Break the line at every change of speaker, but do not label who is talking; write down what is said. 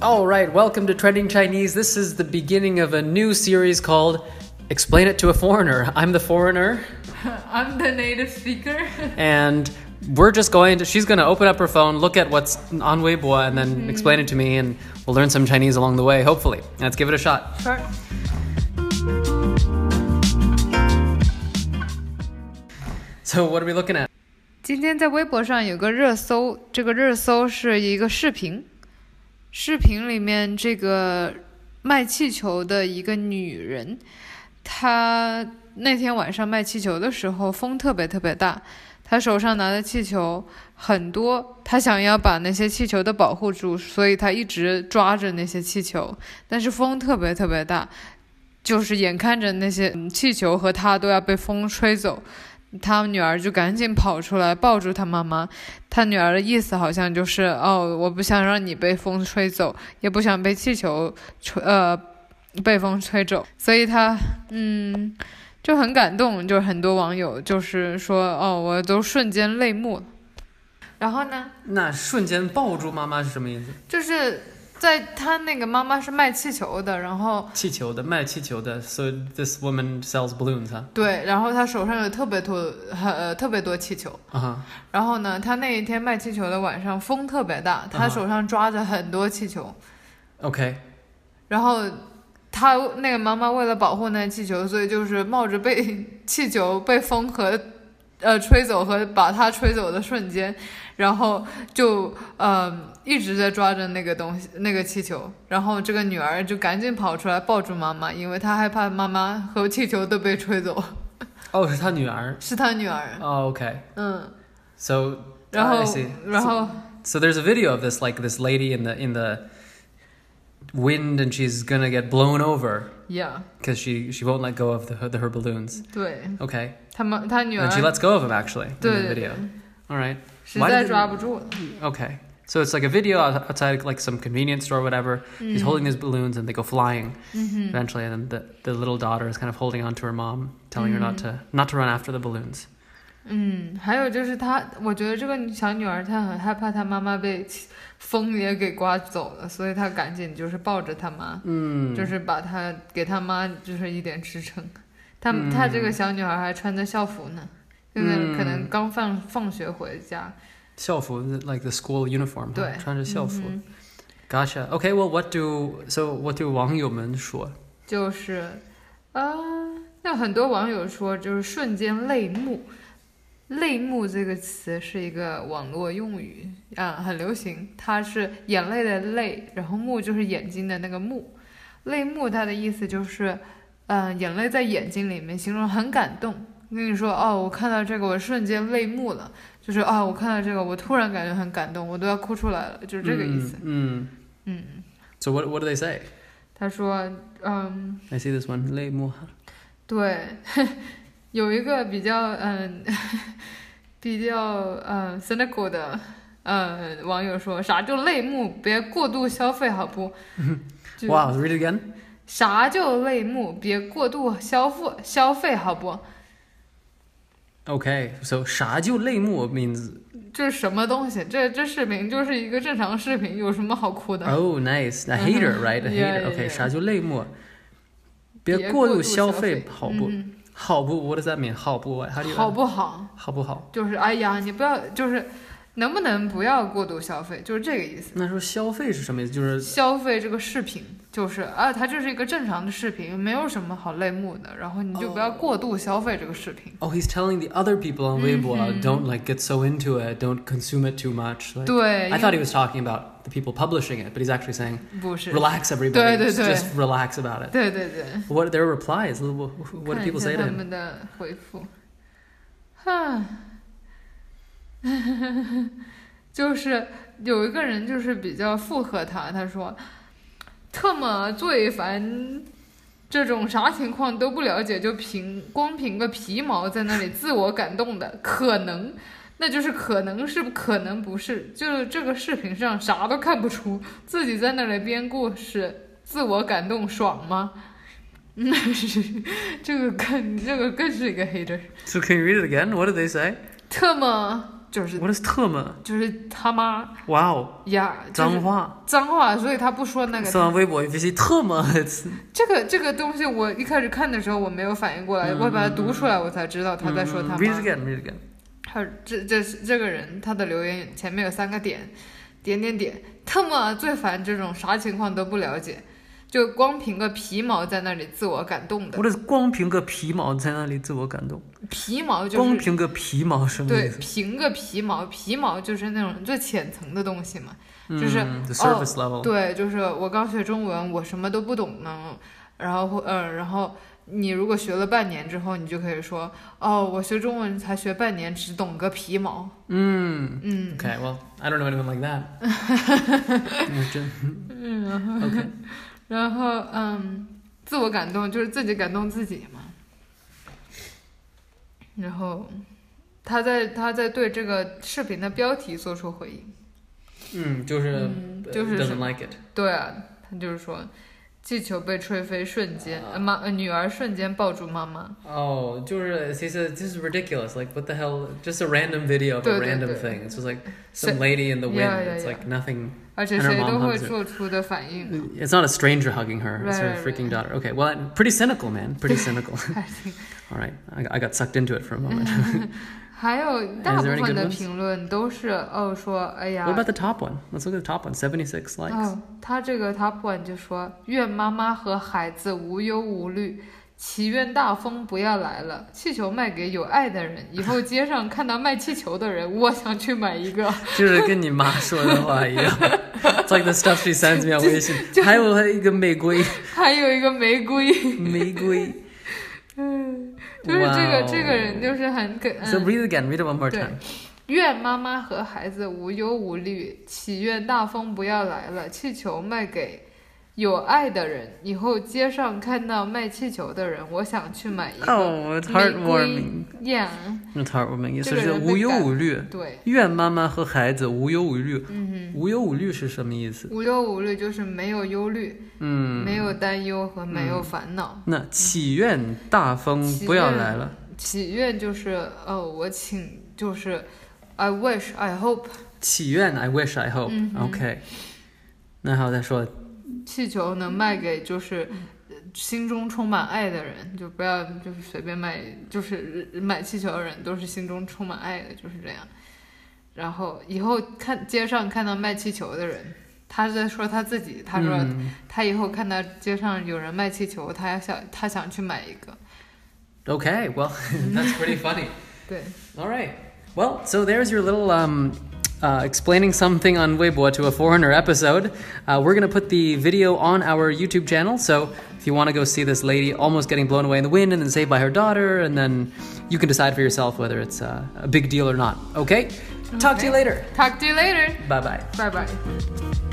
All right, welcome to Trending Chinese. This is the beginning of a new series called Explain It to a Foreigner. I'm the foreigner,
I'm the native speaker.
and we're just going to, she's going to open up her phone, look at what's on Weibo, and then explain it to me, and we'll learn some Chinese along the way, hopefully. Let's give it a shot.
Sure.
So, what are we looking at?
今天在微博上有个热搜，这个热搜是一个视频，视频里面这个卖气球的一个女人，她那天晚上卖气球的时候风特别特别大，她手上拿的气球很多，她想要把那些气球都保护住，所以她一直抓着那些气球，但是风特别特别大，就是眼看着那些嗯气球和她都要被风吹走。他女儿就赶紧跑出来抱住他妈妈，他女儿的意思好像就是哦，我不想让你被风吹走，也不想被气球吹呃被风吹走，所以他嗯就很感动，就很多网友就是说哦，我都瞬间泪目了。然后呢，
那瞬间抱住妈妈是什么意思？
就是在他那个妈妈是卖气球的，然后
气球的卖气球的，so this woman sells balloons，huh?
对，然后他手上有特别多呃特别多气球。
啊哈、
然后呢，他那一天卖气球的晚上风特别大，他
嗯
手上抓着很多气球，
o k
然后他那个妈妈为了保护那气球，所以就是冒着被气球被风和呃吹走和把它吹走的瞬间，然后就呃一直在抓着那个东西那个气球，然后这个女儿就赶紧跑出来抱住妈妈，因为她害怕妈妈和气球都被吹走，
哦，是她女儿。
是她女儿，
哦，OK，so、
嗯，
Oh, So,
然
I
后
see.
然后。
So there's a video of this like this lady in the in the wind and she's gonna get blown over
Yeah，
because she she won't let go of the, her- the her balloons.
对
Okay,
他们，他女儿
and she lets go of them actually in the
对
video. All right,
实
Why
在
did-
抓不住了。
okay. So it's like a video out- outside like some convenience store or whatever.
Mm-hmm.
He's holding these balloons and they go flying eventually, and then the, the little daughter is kind of holding on to her mom, telling her not to not to run after the balloons.
嗯，还有就是她，我觉得这个小女儿她很害怕她妈妈被气风也给刮走了，所以她赶紧就是抱着她妈，
Mm.
就是把她给她妈就是一点支撑。她、她这个小女孩还穿着校服呢，就是
嗯
可能刚放放学回家。
校服, like the school uniform. Huh?
对。
穿着校服。
嗯
Gotcha. Okay, well, what do so what do 网友们说？
就是，呃，那很多网友说就是瞬间泪目，泪目这个词是一个网络用语啊、很流行。它是眼泪的泪，然后目就是眼睛的那个目，泪目它的意思就是，嗯、眼泪在眼睛里面，形容很感动。跟你说哦，我看到这个，我瞬间泪目了，就是啊、我看到这个，我突然感觉很感动，我都要哭出来了，就是这个意思。Mm.
嗯。So what what do they say?
他说，嗯。
I see this one. 泪目。
对，有一个比较嗯、 比较嗯、cynical 的嗯、网友说，啥就泪目，别过度消费，好不？就
Wow, read it again.
啥就泪目，别过度消费，消费好不？
Okay, so 啥就泪目 means
这是什么东西？这这视频就是一个正常视频，有什么好哭的？
oh nice, a hater, right? A
Uh-huh.
hater.
Yeah, yeah,
Okay,
yeah.
啥就泪目。
别度费，
别过度消费，好不？
嗯
好不？What does that mean? 好不？How do you?
好不好？
好不好？
就是哎呀，你不要，就是能不能不要过度消费？就是这个意思。
那说消费是什么意思？就是
消费这个视频，就是啊，它就是一个正常的视频，没有什么好泪目的。然后你就不要过度消费这个视频。
oh, he's telling the other people on Weibo uh,
Mm-hmm.
don't like get so into it, don't consume it too much. Like,
对
I thought he was talking about the people publishing it, but he's actually saying
不是，
relax everybody
对，对，
Just-
对。
just relax about it
对对对。
what their replies what, what do
看
people
一下
say to
他
him
们的回复，哈，就是有一个人就是比较附和他，他说，特么最烦这种啥情况都不了解就凭光凭个皮毛在那里自我感动的，可能。那就是可能是可能不是，就是这个视频上啥都看不出，自己在那里编故事，自我感动爽吗？那是这个更这个更是一个 hater。
so can you read it again what did they say
特么就是
？What is 特么
就是他妈
？Wow，
呀，就是
脏话。
脏话，所以他不说那个。
So on Weibo, if you see 特么 it's
这个这个东西，我一开始看的时候我没有反应过来，
嗯
我把它读出来，我才知道他在说他妈。
read it again, read it again.
还有这这是这个人他的留言前面有三个点，点点点，他妈最烦这种啥情况都不了解，就光凭个皮毛在那里自我感动的。
What is 光凭个皮毛在那里自我感动？
皮毛就
光
是
凭个皮毛什么
对
意思？
凭个皮毛，皮毛就是那种最浅层的东西嘛。就是
嗯 Mm, the surface level。
对，就是我刚学中文，我什么都不懂呢。然后或，嗯、然后你如果学了半年之后，你就可以说，哦，我学中文才学半年，只懂个皮毛。
嗯 Mm.
嗯
，Okay, well, I don't know anyone like that. Mm, 我真
嗯，
OK，
然后嗯，自我感动就是自己感动自己嘛。然后他在他在对这个视频的标题做出回应。
嗯，就是
嗯就是
Mm, doesn't like it。
对啊，他就是说，气球被吹飞，瞬间，呃妈、呃女儿瞬间抱住妈妈。
Oh, 就是 he said this is ridiculous. Like what the hell? Just a random video of a
对，对，
random
对。
thing. It's just like
谁-
some lady in the wind.
Yeah, yeah,
It's
yeah.
like nothing.
而且
And her
谁
mom
都会
hugs her.
做出的反应，
It's not a stranger hugging her. It's her
Right, right,
freaking daughter. Okay, well, I'm pretty cynical, man. Pretty cynical.
还挺
All right, I got, I got sucked into it for a moment.
还有大
Is
部
there any
分
good
的
ones?
评论都是哦说，哎呀
what，about the top one? Let's look at the top one. Seventy-six likes.
哦，他这个 top one 就说，愿妈妈和孩子无忧无虑。祈愿大风不要来了，气球卖给有爱的人。以后街上看到卖气球的人，我想去买一个。
就是跟你妈说的话一样。It's like the stuff she sends me on 微信。还有一个玫瑰，玫瑰。
还有一个玫瑰， 就是这
哦
个、这个人就是很给。嗯
So read it again. Read it one more
对
time.
愿妈妈和孩子无忧无虑，祈愿大风不要来了。气球卖给有爱的人，以后街上看到卖气球的人，我想去买 一个。
Oh, it's
玫瑰
heartwarming.
Yeah，
It's heartwarming.
这个人被感
也就是
-对，
无忧无虑。愿妈妈和孩子无忧无虑。
嗯
无忧无虑是什么意思？嗯
哼，无忧无虑就是没有忧虑，没有担忧和没有烦恼。
那祈愿大风不要来了。
祈愿就是，呃，我请就是，I wish, I hope。
祈愿，I wish, I hope.
嗯哼。
Okay.
气球能卖给就是呃心中充满爱的人，就不要就是随便卖，就是呃买气球的人都是心中充满爱的，就是这样。然后以后看街上看到卖气球的人，他在说他自己，他说他以后看到街上有人卖气球，他要想他想去买一个。
Okay, well, that's pretty funny.
对，
All right. Well, so there's your little um, uh, explaining something on Weibo to a foreigner episode. Uh, we're going to put the video on our YouTube channel. So if you want to go see this lady almost getting blown away in the wind and then saved by her daughter, and then you can decide for yourself whether it's uh, a big deal or not. Okay? Talk to you later.
Talk to you later.
Bye bye.
Bye bye.